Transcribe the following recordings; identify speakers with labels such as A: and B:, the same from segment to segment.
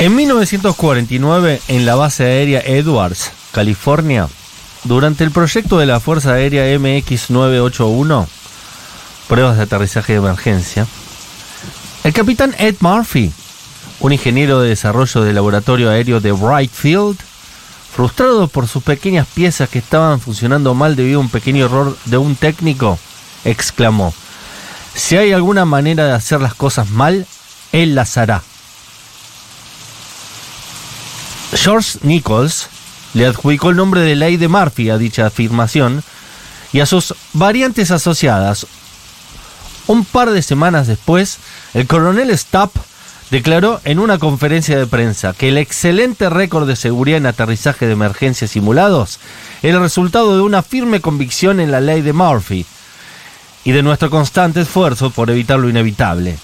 A: En 1949, en la base aérea Edwards, California, durante el proyecto de la Fuerza Aérea MX-981, pruebas de aterrizaje de emergencia, el capitán Ed Murphy, un ingeniero de desarrollo del laboratorio aéreo de Wright Field, frustrado por sus pequeñas piezas que estaban funcionando mal debido a un pequeño error de un técnico, exclamó, si hay alguna manera de hacer las cosas mal, él las hará. George Nichols le adjudicó el nombre de ley de Murphy a dicha afirmación y a sus variantes asociadas. Un par de semanas después, el coronel Stapp declaró en una conferencia de prensa que el excelente récord de seguridad en aterrizaje de emergencia simulados era el resultado de una firme convicción en la ley de Murphy y de nuestro constante esfuerzo por evitar lo inevitable.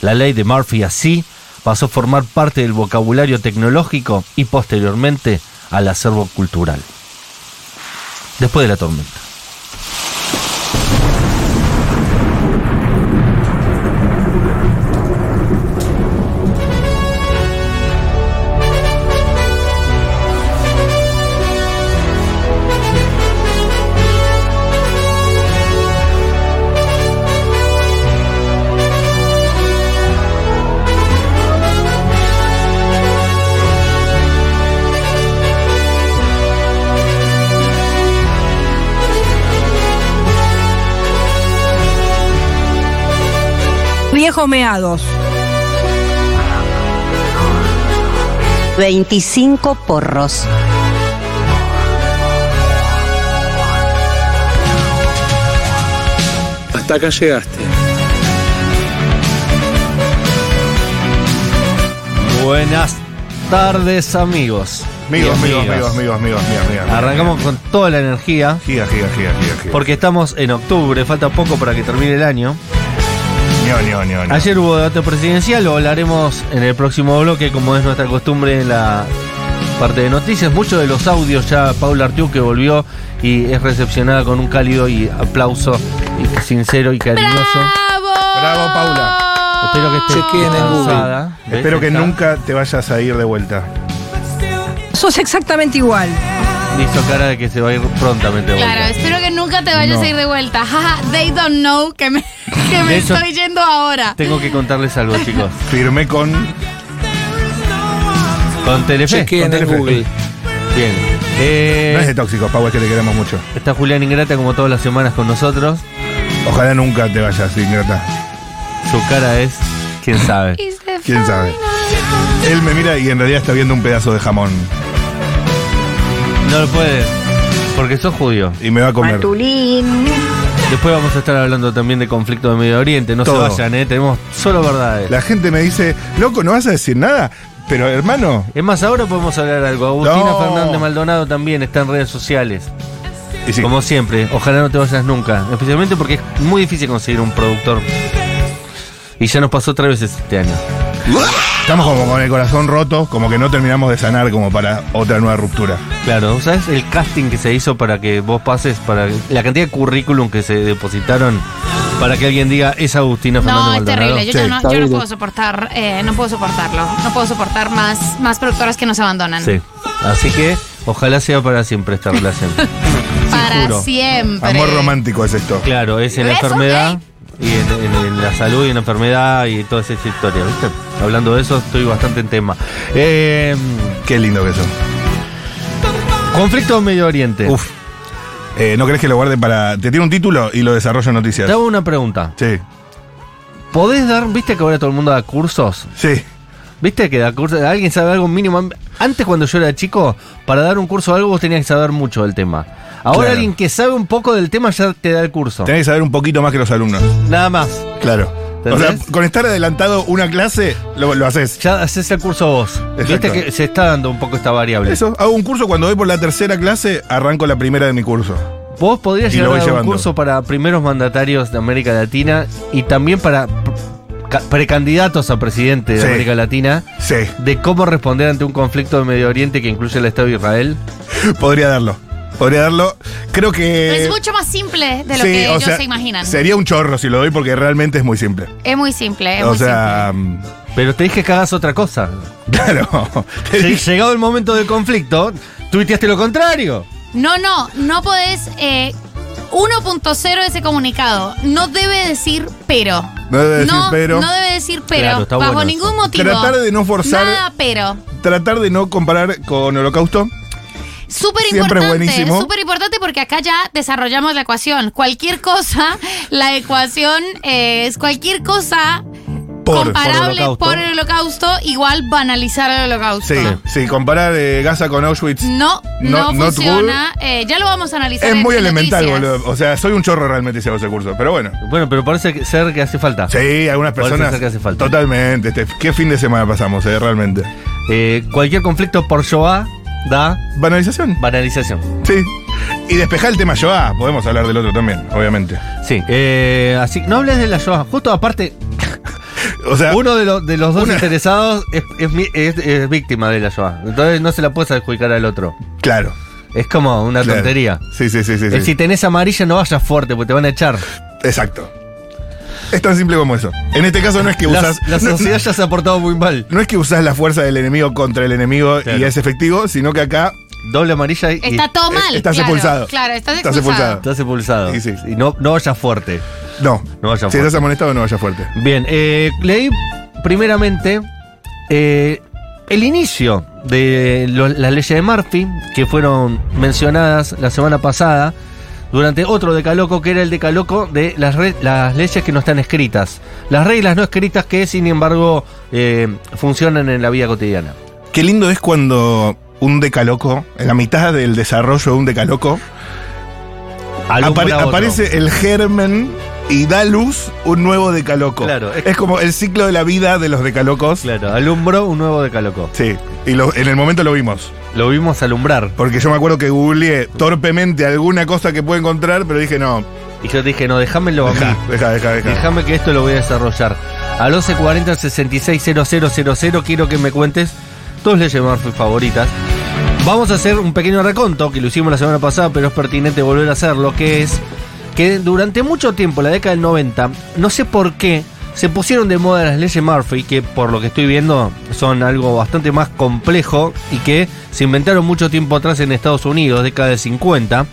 A: La ley de Murphy así pasó a formar parte del vocabulario tecnológico y posteriormente al acervo cultural. Después de la tormenta.
B: Viejos meados.
C: 25 porros.
D: Hasta acá llegaste.
A: Buenas tardes amigos.
E: Amigos,
A: Y
E: amigos,
A: amigas.
E: amigos, amigos, amigos, amigos, amigos.
A: Arrancamos con toda la energía
E: Giga, giga, giga, giga, giga.
A: porque estamos en octubre, falta poco para que termine el año.
E: Ño, ño, ño, ño.
A: Ayer hubo debate presidencial, lo hablaremos en el próximo bloque, como es nuestra costumbre en la parte de noticias. Muchos de los audios ya Paula Artiu que volvió y es recepcionada con un cálido y aplauso y sincero y cariñoso.
E: Bravo, Paula.
A: Espero que esté
D: Chequeen en Google.
A: cansada. ¿Ves?
E: Espero que
A: Está-
E: nunca te vayas a ir de vuelta.
B: Sos exactamente igual.
A: Hizo cara de que se va a ir prontamente. de vuelta.
F: Claro, espero que nunca te vayas
E: No.
F: a ir de vuelta. Jaja, they don't know que me, que me
A: De hecho,
F: estoy yendo ahora.
A: Tengo que contarles algo, chicos.
E: Firmé con.
A: Con Telefe.
D: Chequen en
E: Telefe.
D: Google.
A: Bien. Eh,
E: No es de tóxicos, Pau, es que te queremos mucho.
A: está Julián Ingrata como todas las semanas con nosotros.
E: Ojalá nunca te vayas, ingrata.
A: Su cara es, quién sabe.
F: Is the
E: ¿Quién sabe?
F: final.
E: Él me mira y en realidad está viendo un pedazo de jamón.
A: No lo puede, porque sos judío.
E: Y me va a comer.
A: Después vamos a estar hablando también de conflicto de Medio Oriente. No
E: Todo.
A: se vayan, ¿eh? tenemos solo verdades.
E: La gente me dice, loco, no vas a decir nada. Pero hermano,
A: Es más, ahora podemos hablar algo. Agustina
E: No.
A: Fernández Maldonado también está en redes sociales.
E: y sí,
A: Como siempre, ojalá no te vayas nunca. Especialmente porque es muy difícil conseguir un productor. Y ya nos pasó tres veces este año.
E: estamos como con el corazón roto, como que no terminamos de sanar como para otra nueva ruptura.
A: Claro, ¿sabes el casting que se hizo para que vos pases? para La cantidad de currículum que se depositaron para que alguien diga es Agustina Fernández
F: No, es
A: Maldonado.
F: terrible. Yo, ya
E: Sí,
F: no, yo no puedo soportar, eh, no puedo soportarlo. No puedo soportar más, más productoras que nos abandonan.
A: Sí. Así que ojalá sea para siempre esta relación.
F: Para
A: juro.
F: siempre.
E: Amor romántico es esto.
A: claro, es en la
F: ¿Ves?
A: enfermedad y en, en- en la salud y en la enfermedad y toda esa historia, ¿viste? Hablando de eso estoy bastante en tema. Eh,
E: Qué lindo que eso.
A: conflicto en Medio Oriente.
E: Uf. Eh, ¿No crees que lo guarde para.? Te tiene un título y lo desarrollo en noticias.
A: Te hago una pregunta.
E: Sí,
A: ¿Podés dar, viste que ahora todo el mundo da cursos?
E: sí.
A: ¿Viste que da cursos? ¿Alguien sabe algo mínimo? Antes cuando yo era chico, para dar un curso o algo vos tenías que saber mucho del tema. Ahora
E: Claro.
A: alguien que sabe un poco del tema ya te da el curso.
E: Tenés que saber un poquito más que los alumnos.
A: Nada más.
E: Claro. O sea,
A: ¿Entendés?
E: con estar adelantado una clase, lo, lo haces.
A: Ya haces el curso vos. Viste
E: Exacto.
A: que se está dando un poco esta variable.
E: Eso, hago un curso cuando voy por la tercera clase, arranco la primera de mi curso.
A: Vos podrías
E: Y lo
A: llegar a
E: voy
A: dar un
E: llevando.
A: curso para primeros mandatarios de América Latina y también para pr- ca- precandidatos a presidente de
E: Sí.
A: América Latina
E: Sí,
A: de cómo responder ante un conflicto de Medio Oriente que incluye el Estado de Israel.
E: podría darlo. Podría darlo. Creo que.
F: Pero es mucho más simple de lo
E: sí,
F: que
E: o
F: ellos
E: sea,
F: se imaginan.
E: Sería un chorro si lo doy porque realmente es muy simple.
F: Es muy simple, es
E: o
F: muy
E: sea,
A: Pero te dije que hagas otra cosa.
E: mm, claro.
A: Sí, Llegado el momento del conflicto, tuiteaste lo contrario.
F: simple. No, no, no podés. eh, 1.0 de ese comunicado no debe decir pero.
E: No debe decir pero.
F: No debe decir pero.
A: Claro, está
F: bajo
A: bueno
F: ningún
A: eso.
F: motivo.
E: Tratar de no forzar-
F: Nada pero.
E: Tratar de no comparar con Holocausto.
F: Súper
E: Siempre
F: importante,
E: buenísimo.
F: súper importante porque acá ya desarrollamos la ecuación. Cualquier cosa, la ecuación eh, es cualquier cosa
E: Por.
F: comparable
A: holocausto.
F: por el holocausto, igual banalizar el holocausto.
E: Sí, sí, comparar eh, Gaza con Auschwitz.
F: Ah. No, no,
E: No- not
F: funciona. Eh, ya lo vamos a analizar.
E: Es
F: en
E: muy
F: en
E: elemental,
F: noticias.
E: boludo. O sea, soy un chorro realmente si hago ese curso, pero bueno.
A: Bueno, pero parece que- ser que hace falta.
E: Sí, algunas
A: Parece
E: personas.
A: ser que hace falta.
E: Totalmente. Este, ¿Qué fin de semana pasamos, eh, realmente?
A: Eh, cualquier conflicto por Shoah da
E: Banalización.
A: banalización.
E: Sí. Y despejar el tema Shoah. Podemos hablar del otro también, obviamente.
A: Sí. Eh, así, no hables de la Shoah. Justo aparte,
E: O sea,
A: uno de, los- de los dos
E: Una-
A: interesados es, es mi- es- es víctima de la Shoah. Entonces no se la puedes adjudicar al otro.
E: claro.
A: Es como una
E: claro.
A: tontería.
E: Sí, sí, sí, sí.
A: Es
E: sí.
A: Si tenés amarilla, no vayas fuerte, porque te van a echar.
E: Exacto. Es tan simple como eso. En este caso no es que
A: La,
E: usas.
A: la
E: no-
A: sociedad ya se ha portado muy mal.
E: no es que usás la fuerza del enemigo contra el enemigo
A: Claro.
E: y es efectivo, sino que acá
A: Doble amarilla y,
F: Está todo
E: Eh,
F: mal.
E: estás
F: claro,
E: expulsado.
F: Claro, estás
E: Estás
F: expulsado.
E: expulsado.
A: estás expulsado.
E: Sí, sí.
A: Y no, no vayas fuerte.
E: no.
A: No vaya
E: si
A: fuerte.
E: estás amonestado, no vaya fuerte.
A: Bien, eh, leí primeramente eh, el inicio de lo- las leyes de Murphy, que fueron mencionadas la semana pasada durante otro decaloco, que era el decaloco de las, re- las leyes que no están escritas. Las reglas no escritas que, sin embargo, eh, funcionan en la vida cotidiana.
E: Qué lindo es cuando un decaloco, en la mitad del desarrollo de un decaloco,
A: Alumbra
E: apare-
A: otro.
E: aparece el germen y da luz un nuevo decaloco.
A: Claro,
E: es,
A: es-
E: como el ciclo de la vida de los decalocos.
A: Claro, alumbró un nuevo decaloco.
E: Sí, y lo- en el momento lo vimos.
A: Lo vimos alumbrar.
E: Porque yo me acuerdo que googleé torpemente alguna cosa que pude encontrar, pero dije, no,
A: Y yo te dije, no, déjamelo a mí.
E: deja, deja, deja. deja.
A: Déjame que esto lo voy a desarrollar. Al 1140 660000 quiero que me cuentes tus leyes de Murphy favoritas. Vamos a hacer un pequeño reconto que lo hicimos la semana pasada, pero es pertinente volver a hacerlo, que es que durante mucho tiempo, la década del 90, no sé por qué se pusieron de moda las leyes Murphy, que por lo que estoy viendo son algo bastante más complejo y que se inventaron mucho tiempo atrás en Estados Unidos, década del 50.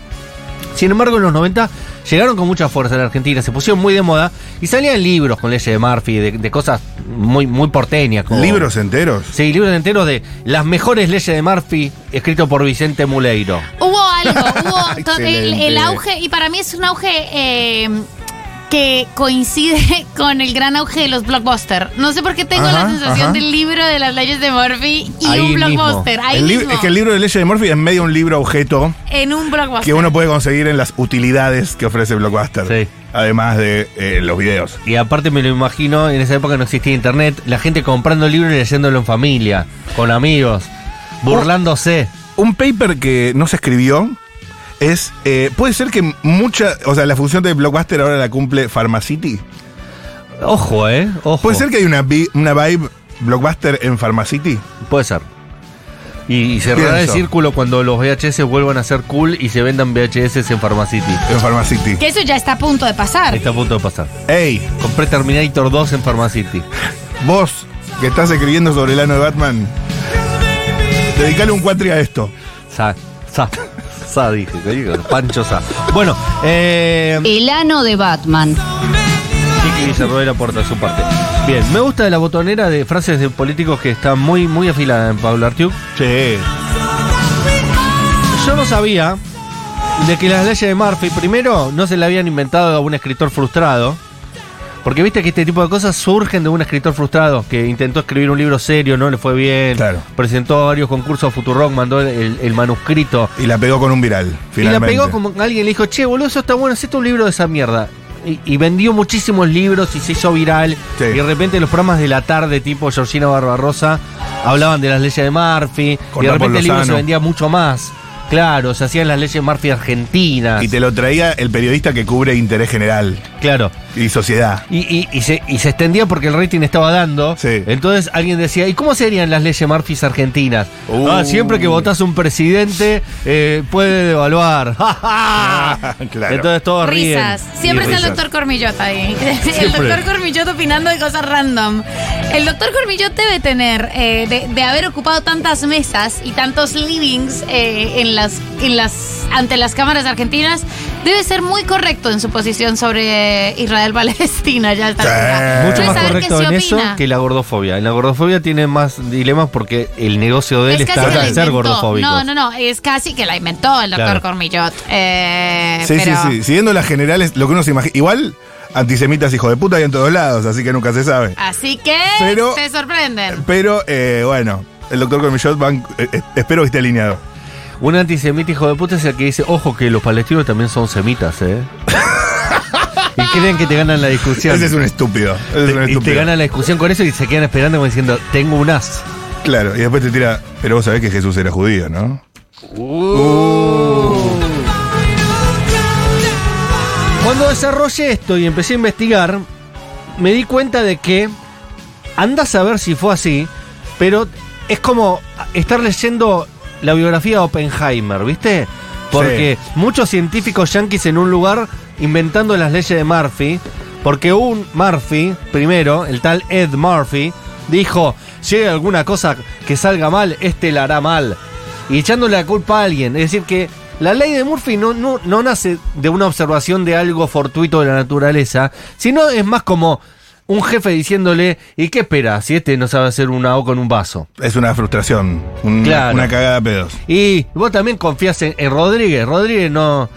A: Sin embargo, en los 90 llegaron con mucha fuerza a la Argentina, se pusieron muy de moda y salían libros con leyes de Murphy, de, de cosas muy, muy porteñas. como-
E: Oh. Libros enteros.
A: Sí, libros enteros de las mejores leyes de Murphy, escrito por Vicente Muleiro.
F: Hubo algo, hubo to- el,
E: Excelente.
F: el auge, y para mí es un auge eh, que coincide con el gran auge de los blockbusters. No sé por qué tengo
E: Ajá,
F: la sensación
E: ajá.
F: del libro de las leyes de Murphy y
A: Ahí
F: un
A: mismo.
F: blockbuster. Ahí
E: El lib-
F: mismo,
E: es que el libro de leyes de Murphy es medio un libro objeto
F: en un blockbuster.
E: que uno puede conseguir en las utilidades que ofrece Blockbuster.
A: Sí.
E: Además de eh, los videos.
A: Y aparte me lo imagino, en esa época no existía internet, la gente comprando libros y leyéndolo en familia, con amigos, burlándose.
E: Un paper que no se escribió es. eh, puede ser que mucha. O sea, la función de Blockbuster ahora la cumple Pharmacity.
A: Ojo, ¿eh? Ojo.
E: Puede ser que hay una, vi- una vibe Blockbuster en Pharmacity.
A: Puede ser. Y, y cerrará el
E: Pienso.
A: círculo cuando los VHS vuelvan a ser cool y se vendan VHS en Pharmacity.
E: En Pharmacity.
F: Que eso ya está a punto de pasar.
A: Está a punto de pasar.
E: Ey,
A: Compré Terminator 2 en Pharmacity.
E: vos que estás escribiendo sobre el ano de Batman. Dedicale un cuatri a esto.
A: Sa, sa, sa, dije. te digo, Pancho Sa. Bueno, eh.
C: El ano de Batman.
A: Chiqui Villarroel aporta su parte. Bien, me gusta la botonera de frases de políticos que está muy, muy afilada en Pablo Artiuk.
E: Che.
A: Yo no sabía de que las leyes de Murphy, primero, no se le habían inventado a un escritor frustrado. Porque viste que este tipo de cosas surgen de un escritor frustrado que intentó escribir un libro serio, no le fue bien.
E: Claro.
A: Presentó varios concursos a Futurock, mandó el- el- el manuscrito.
E: Y la pegó con un viral. Finalmente.
A: Y la pegó como alguien le dijo, che, boludo, eso está bueno, hacete un libro de esa mierda. Y, y vendió muchísimos libros y se hizo viral.
E: Sí.
A: Y de repente los programas de la tarde, tipo Georgina Barbarosa, hablaban de las leyes de Murphy.
E: Con
A: y de
E: Napoli
A: repente el libro se
E: Lozano.
A: vendía mucho más. Claro, se hacían las leyes Murphy argentinas.
E: Y te lo traía el periodista que cubre interés general.
A: Claro.
E: Y sociedad.
A: Y, y- y se, y se extendía porque el rating estaba dando.
E: Sí.
A: Entonces alguien decía, ¿y cómo serían las leyes Murphy argentinas?
E: Uh.
A: Ah, siempre que votás un presidente eh, puede devaluar.
E: Ah, Claro.
A: Entonces todos ríen.
F: Risas. Siempre
E: Y
F: está el
E: risas.
F: doctor Cormillot ahí. El
E: Siempre.
F: doctor Cormillot opinando de cosas random. El doctor Cormillot debe tener, eh, de, de haber ocupado tantas mesas y tantos livings eh, en las, en las, ante las cámaras argentinas, debe ser muy correcto en su posición sobre Israel-Palestina. Ya está.
E: Sí.
A: Mucho
E: Eh.
A: más
F: Saber qué
A: correcto
F: se
A: en eso
F: opina.
A: que la gordofobia. En la gordofobia tiene más dilemas porque el negocio de él
F: Es
A: está
F: casi que la
A: en ser
F: inventó.
A: gordofóbico.
F: No, no, no. Es casi que la inventó el doctor
A: Claro.
F: Cormillot. Eh,
E: Sí,
F: pero-
E: sí, sí. Siguiendo las generales, lo que uno se imagina. Igual, antisemitas, hijo de puta, hay en todos lados, así que nunca se sabe.
F: Así que
E: Pero-
F: se sorprenden.
E: Pero, eh, bueno, el doctor Cormillot, van- eh, eh, espero que esté alineado.
A: Un antisemita hijo de puta es el que dice, ojo que los palestinos también son semitas, ¿eh? y creen que te ganan la discusión.
E: Ese es un estúpido. Ese es un
A: y te
E: estúpido.
A: ganan la discusión con eso y se quedan esperando como diciendo, tengo un as.
E: Claro, y después te tira, pero vos sabés que Jesús era judío, ¿no?
A: Cuando desarrollé esto y empecé a investigar, me di cuenta de que, andas a ver si fue así, pero es como estar leyendo la biografía de Oppenheimer, ¿viste? Porque muchos científicos yanquis en un lugar inventando las leyes de Murphy, porque un Murphy, primero, el tal Ed Murphy, dijo, si hay alguna cosa que salga mal, este la hará mal. Y echándole la culpa a alguien. Es decir, que la ley de Murphy no, no, no nace de una observación de algo fortuito de la naturaleza, sino es más como un jefe diciéndole, ¿y qué espera si este no sabe hacer una O con un vaso?
E: Es una frustración, un-
A: Claro.
E: una cagada de pedos.
A: Y vos también confías en, en Rodríguez. Rodríguez no.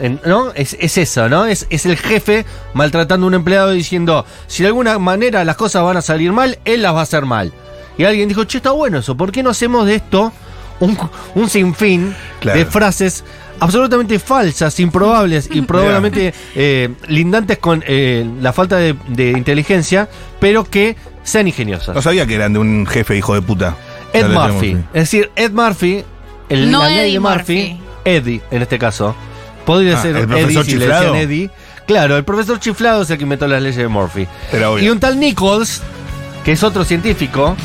A: en- ¿No? Es, es eso, ¿no? Es, es el jefe maltratando a un empleado y diciendo: si de alguna manera las cosas van a salir mal, él las va a hacer mal. Y alguien dijo: Che, está bueno eso. ¿Por qué no hacemos de esto un, un sinfín
E: Claro.
A: de frases absolutamente falsas, improbables y probablemente eh, lindantes con eh, la falta de, de inteligencia, pero que sean ingeniosas?
E: No sabía que eran de un jefe hijo de puta.
A: Ed
E: Dale, tenemos
A: Murphy.
E: un-
A: Es decir, Ed Murphy, el,
F: No
A: la ley
F: Eddie
A: de Murphy,
F: Murphy.
A: Eddie en este caso. Podría
E: Ah,
A: ser
E: ¿el
A: Eddie
E: profesor
A: si le decían
E: chiflado?
A: Eddie. Claro, el profesor chiflado es el que inventó las leyes de Murphy.
E: Era obvio.
A: Y un tal Nichols, que es otro científico,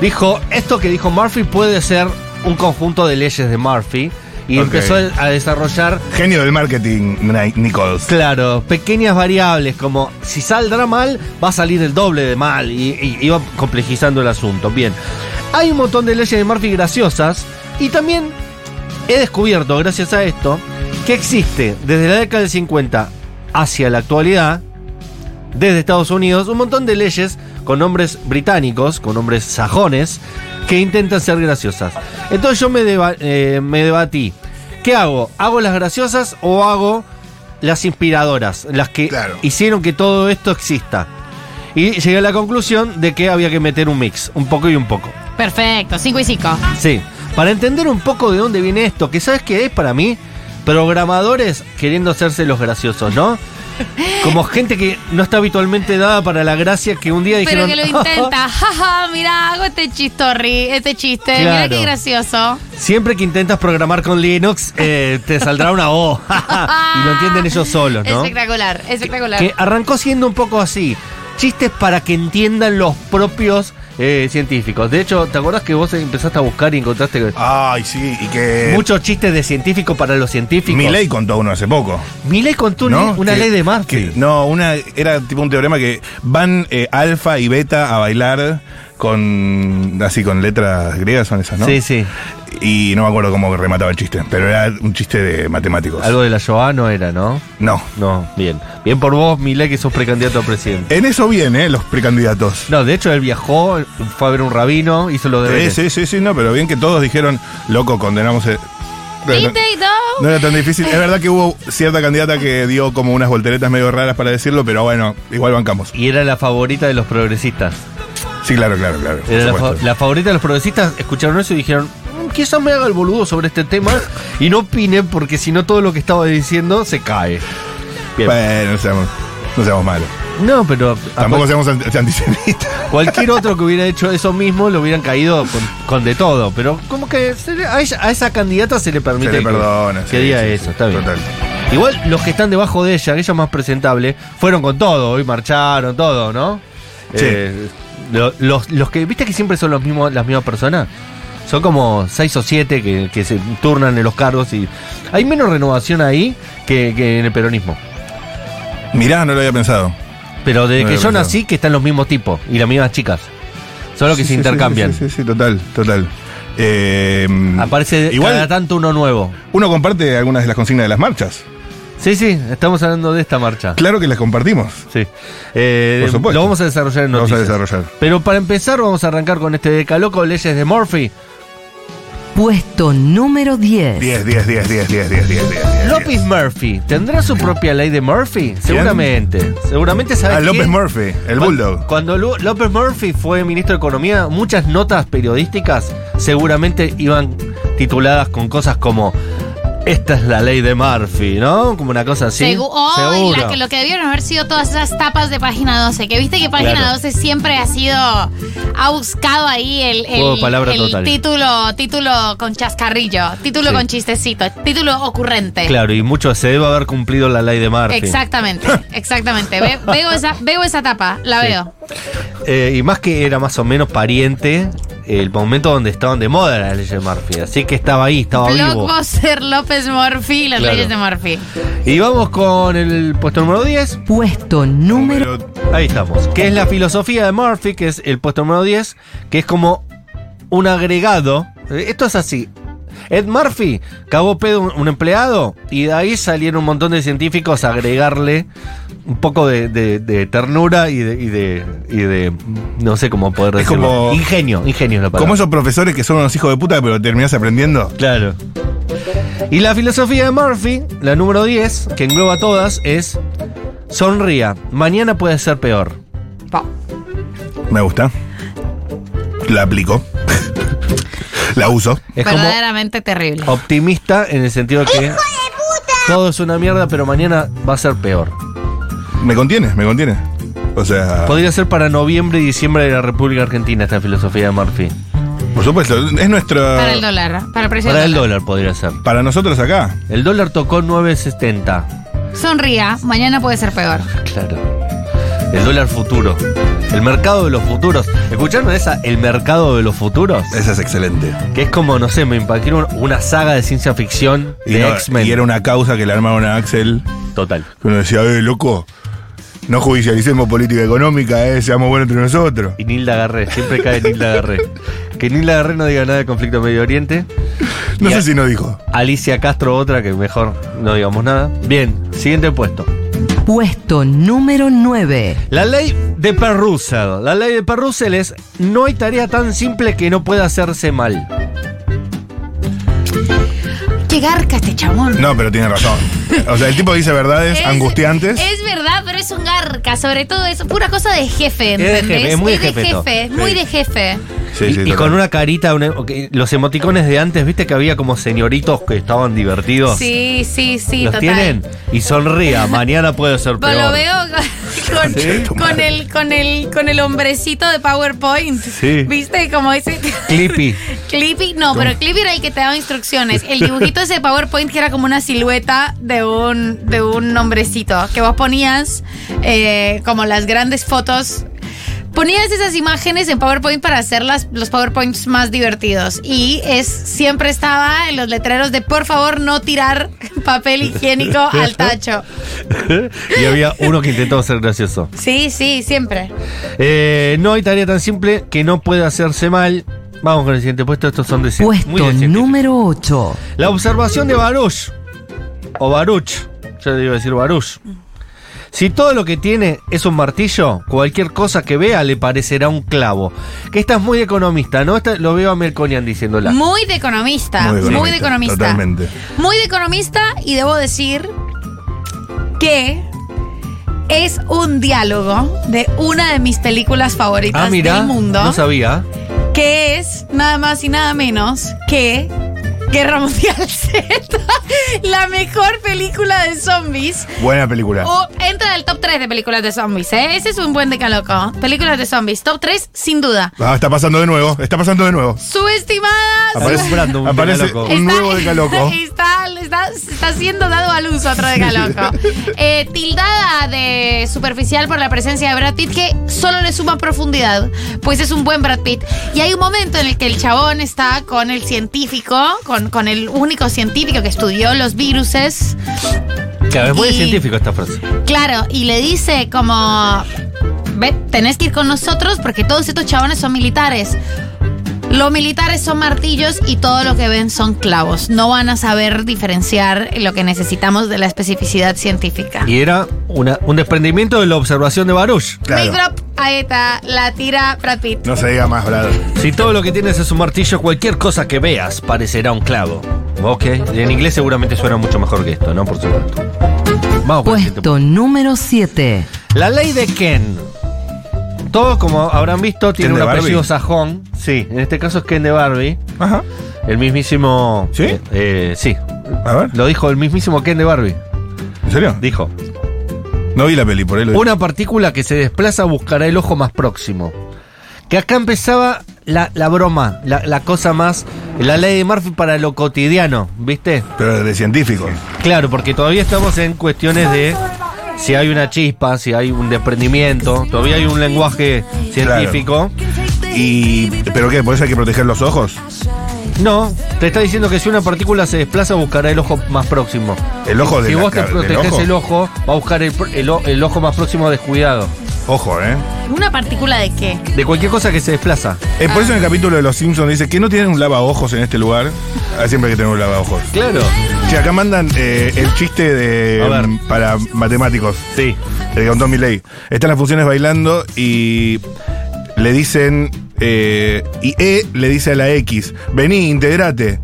A: dijo, esto que dijo Murphy puede ser un conjunto de leyes de Murphy. Y
E: Ok.
A: empezó a desarrollar
E: Genio del marketing, Ni- Nichols.
A: Claro, pequeñas variables como si saldrá mal, va a salir el doble de mal y, y- y va complejizando el asunto. Bien, hay un montón de leyes de Murphy graciosas y también he descubierto, gracias a esto, que existe desde la década del 50 hacia la actualidad, desde Estados Unidos, un montón de leyes con nombres británicos, con nombres sajones, que intentan ser graciosas. Entonces yo me, deba- eh, me debatí, ¿qué hago? ¿Hago las graciosas o hago las inspiradoras, las que
E: Claro.
A: hicieron que todo esto exista? Y llegué a la conclusión de que había que meter un mix, un poco y un poco.
F: Perfecto, 5 y 5.
A: Sí, para entender un poco de dónde viene esto, que sabes que es para mí programadores queriendo hacerse los graciosos, ¿no? Como gente que no está habitualmente dada para la gracia que un día
F: Pero
A: dijeron.
F: que lo intenta. Jaja, mira, hago este chistorri, este chiste. Mira
A: Claro.
F: qué gracioso.
A: Siempre que intentas programar con Linux, eh, te saldrá una O. Ah, y lo entienden ellos solos, ¿no?
F: Ah, Espectacular, espectacular.
A: Que arrancó siendo un poco así. Chistes para que entiendan los propios eh, científicos. De hecho, ¿te acordás que vos empezaste a buscar y encontraste
E: Ay, sí, y que.
A: muchos chistes de científico para los científicos?
E: Milei contó uno hace poco.
A: Milei contó una-
E: ¿no?
A: una
E: Que-
A: ley de Murphy.
E: que- no, una. Era tipo un teorema que van eh, alfa y beta a bailar con. Así, con letras griegas son esas, ¿no?
A: Sí, sí.
E: Y no me acuerdo cómo remataba el chiste, pero era un chiste de matemáticos.
A: Algo de la Joa no era, ¿no?
E: No.
A: No, bien. Bien por vos, Milei, que sos precandidato a presidente.
E: En eso vienen los precandidatos.
A: No, de hecho él viajó, fue a ver un rabino, hizo lo de...
E: Sí, sí, sí, sí, no, pero bien que todos dijeron, loco, condenamos. el-".
F: Eat they don't.
E: No era tan difícil. Es verdad que hubo cierta candidata que dio como unas volteretas medio raras para decirlo, pero bueno, igual bancamos.
A: Y era la favorita de los progresistas.
E: Sí, claro, claro, claro. por
A: Era la,
E: supuesto.
A: fa- la favorita de los progresistas escucharon eso y dijeron, "Mm, quizás me haga el boludo sobre este tema y no opine porque si no todo lo que estaba diciendo se cae. Bien. Ah,
E: Bueno, no seamos, no seamos malos.
A: No, pero... a
E: Tampoco seamos anti- antisemitas.
A: Cualquier otro que hubiera hecho eso mismo lo hubieran caído con, con de todo, pero como que se le- a, ella- a esa candidata se le permite
E: Se le
A: que-
E: perdona.
A: que
E: sí,
A: diga
E: sí, sí,
A: eso, está bien.
E: Total.
A: Igual los que están debajo de ella, que ella es más presentable, fueron con todo y marcharon, todo, ¿no?
E: Sí.
A: Eh, lo- los, los que, ¿viste que siempre son los mismos, las mismas personas? Son como seis o siete que, que se turnan en los cargos y hay menos renovación ahí que, que en el peronismo.
E: Mirá, no lo había pensado.
A: Pero desde
E: No
A: que
E: había
A: yo
E: pensado.
A: nací que están los mismos tipos y las mismas chicas. Solo que se
E: Sí, sí,
A: intercambian. Mm.
E: Sí, sí, sí, sí, total, total. Eh,
A: Aparece
E: Igual
A: cada tanto uno nuevo.
E: uno comparte algunas de las consignas de las marchas.
A: Sí, sí, estamos hablando de esta marcha.
E: Claro que las compartimos.
A: Sí. Eh,
E: Por supuesto.
A: Lo vamos a desarrollar en
E: Lo vamos a
A: noticias.
E: desarrollar.
A: Pero para empezar vamos a arrancar con este decaloco Leyes de Murphy.
C: Puesto número 10.
E: 10, 10, 10, 10, 10, 10, 10, 10.
A: López Murphy, ¿tendrá su propia ley de Murphy? Seguramente. Seguramente sabes
E: Ah, López
A: quién?
E: Murphy, el
A: Cu-
E: Bulldog.
A: Cuando Lu- López Murphy fue ministro de Economía, muchas notas periodísticas seguramente iban tituladas con cosas como esta es la ley de Murphy, ¿no? Como una cosa así.
F: Segu- oh, y la
A: Seguro.
F: que- lo que debieron haber sido todas esas tapas de Página 12. Que viste que Página
A: Claro.
F: 12 siempre ha sido... Ha buscado ahí el, el-
A: Juego de palabras
F: el
A: total.
F: título título con chascarrillo, título
A: Sí.
F: con chistecito, título ocurrente.
A: Claro, y mucho se debe haber cumplido la ley de Murphy.
F: Exactamente, exactamente. Ve- veo, esa, veo esa tapa, la
A: Sí.
F: veo.
A: Eh, y más que era más o menos pariente, el momento donde estaban de moda las leyes de Murphy. Así que estaba ahí, estaba vivo.
F: Blockbuster López Murphy, las
A: Claro.
F: leyes de Murphy.
A: Y vamos con el puesto número 10.
C: Puesto número
E: Pero
A: Ahí estamos. Que es la filosofía de Murphy, que es el puesto número 10, que es como un agregado. Eh, Esto es así. Ed Murphy cagó pedo un, un empleado y de ahí salieron un montón de científicos a agregarle un poco de, de- de ternura y de, y de- y de- no sé cómo poder
E: Es
A: decirlo.
E: como-
A: ingenio, ingenio es la palabra.
E: Como esos profesores que son unos hijos de puta, pero terminás aprendiendo.
A: Claro. Y la filosofía de Murphy, la número 10, que engloba todas, es sonría, mañana puede ser peor.
F: Pa.
E: Me gusta. La aplico. la uso.
A: Es como Oh,
F: Verdaderamente terrible.
A: optimista en el sentido que todo es una mierda, pero mañana va a ser peor.
E: Me contiene, me contiene. O sea,
A: Podría ser para noviembre y diciembre de la República Argentina esta filosofía de Murphy.
E: por supuesto, es nuestro.
F: Para el dólar, ¿eh? para el precio
A: Para
F: del
A: el dólar podría ser.
E: para nosotros acá.
A: El dólar tocó 9.70.
F: Sonría, mañana puede ser peor.
A: Claro. El dólar futuro. El mercado de los futuros. ¿Escucharon esa? El mercado de los futuros.
E: Esa es excelente.
A: Que es como, no sé, me imagino una saga de ciencia ficción
E: Y,
A: de
E: no-
A: X-Men.
E: y era una causa que le armaron a Axel.
A: Total.
E: Que uno decía, eh, loco, no judicialicemos política económica, eh, seamos buenos entre nosotros.
A: Y Nilda Garré, siempre cae Nilda Garré. Que Nilda Garré no diga nada del conflicto en Medio Oriente.
E: No
A: Y a-
E: sé si no dijo.
A: Alicia Castro, otra que mejor no digamos nada. Bien, siguiente puesto.
C: Puesto número 9.
A: La ley de Perrusel. La ley de Perrusel es no hay tarea tan simple que no pueda hacerse mal.
F: Qué garca este chamón.
E: No, pero tiene razón. O sea, el tipo dice verdades
F: Es-
E: angustiantes.
F: Es verdad, pero es un garca, sobre todo es pura cosa de jefe,
A: de
F: ¿entendés?
A: jefe, es muy de jefe esto.
F: jefe, es muy
E: Sí.
F: de jefe.
E: Sí,
A: y
E: sí,
A: y
E: total.
A: con una carita, una- ok, los emoticones de antes, viste que había como señoritos que estaban divertidos.
F: Sí, sí, sí,
A: los
F: total.
A: tienen y sonría, mañana puede ser
F: Pero
A: peor.
F: lo veo con,
E: Sí.
F: con el, con, el, con el hombrecito de PowerPoint.
A: Sí.
F: ¿Viste? Como ese.
A: Clippy.
F: Clippy, no, pero Clippy era el que te daba instrucciones. El dibujito ese de PowerPoint que era como una silueta de un, de un hombrecito que vos ponías eh, como las grandes fotos. Ponías esas imágenes en PowerPoint para hacer las- los PowerPoints más divertidos. Y es siempre estaba en los letreros de por favor no tirar papel higiénico al tacho.
A: y había uno que intentó ser gracioso.
F: Sí, sí, siempre.
A: Eh, no hay tarea tan simple que no pueda hacerse mal. Vamos con el siguiente puesto. Estos son de cien- muy
C: Puesto
A: de científico.
C: número 8.
A: La observación de Baruch. O Baruch. Yo le iba a decir Baruch. Si todo lo que tiene es un martillo, cualquier cosa que vea le parecerá un clavo. Que esta es muy economista, ¿no? Esta lo veo a Melconian diciéndola.
F: Muy de economista. Muy, de economista.
E: Totalmente.
F: Muy de economista y debo decir que es un diálogo de una de mis películas favoritas
A: Ah, mira,
F: del mundo,
A: no sabía.
F: que es nada más y nada menos que Guerra Mundial Z, la mejor película de zombies.
E: Buena
A: Ah.
E: película.
F: O entra al top 3 de películas de zombies, ¿eh? Ese es un buen decaloco. Películas de zombies, top 3, sin duda.
E: Ah, está pasando de nuevo, está pasando de nuevo.
F: Subestimadas.
E: Aparece,
A: Brando, un
E: aparece
A: decaloco.
E: un nuevo decaloco.
F: Está, está, está siendo dado al uso otro decaloco. Eh, tildada de superficial por la presencia de Brad Pitt, que solo le suma profundidad, pues es un buen Brad Pitt. Y hay un momento en el que el chabón está con el científico, con, con el único científico que estudió los viruses.
A: Claro, es muy
F: Y-
A: científico esta frase.
F: Claro, y le dice como, ve, tenés que ir con nosotros porque todos estos chabones son militares. Los militares son martillos y todo lo que ven son clavos. No van a saber diferenciar lo que necesitamos de la especificidad científica.
A: Y era una- un desprendimiento de la observación de Baruch.
E: Claro.
F: Mic drop, ahí está, la tira Brad Pitt.
E: No se diga más, Brad.
A: Si todo lo que tienes es un martillo, cualquier cosa que veas parecerá un clavo. Ok, en inglés seguramente suena mucho mejor que esto, ¿no? Por supuesto. Vamos con el siguiente
C: Puesto número 7.
A: La ley de Ken. Todo, como habrán visto, tiene
E: ¿Ken
A: un
E: de Barbie?
A: apellido sajón. Sí, en este caso es Ken de Barbie.
E: Ajá.
A: El mismísimo.
E: ¿Sí?
A: Eh, eh, sí.
E: A ver,
A: Lo dijo el mismísimo Ken de Barbie.
E: ¿en serio?
A: Dijo:
E: No vi la peli, por ahí lo
A: Una partícula que se desplaza buscará el ojo más próximo. Que acá empezaba la, la broma, la, la cosa más. La ley de Murphy para lo cotidiano, ¿viste?
E: Pero de científico.
A: Claro, porque todavía estamos en cuestiones de si hay una chispa, si hay un desprendimiento, todavía hay un lenguaje científico.
E: Y. ¿Pero qué? ¿Por eso hay que proteger los ojos?
A: No, te está diciendo que si una partícula se desplaza buscará el ojo más próximo.
E: El ojo de
A: Si
E: la
A: vos te
E: ca- del
A: proteges
E: ojo.
A: el ojo, va a buscar el, pr- el o- el ojo más próximo descuidado.
E: Ojo, ¿eh?
F: ¿Una partícula de qué?
A: De cualquier cosa que se desplaza.
E: Eh, por eso en el capítulo de Los Simpsons dice que no tienen un lavaojos en este lugar. Ah, siempre hay que tener un lavaojos.
A: Claro.
E: Che, acá mandan eh, el chiste de
A: A ver.
E: mm, para matemáticos. Eh,
A: Sí.
E: El que contó Milei. Están las funciones bailando y le dicen. eh, y E le dice a la X, vení, integrate.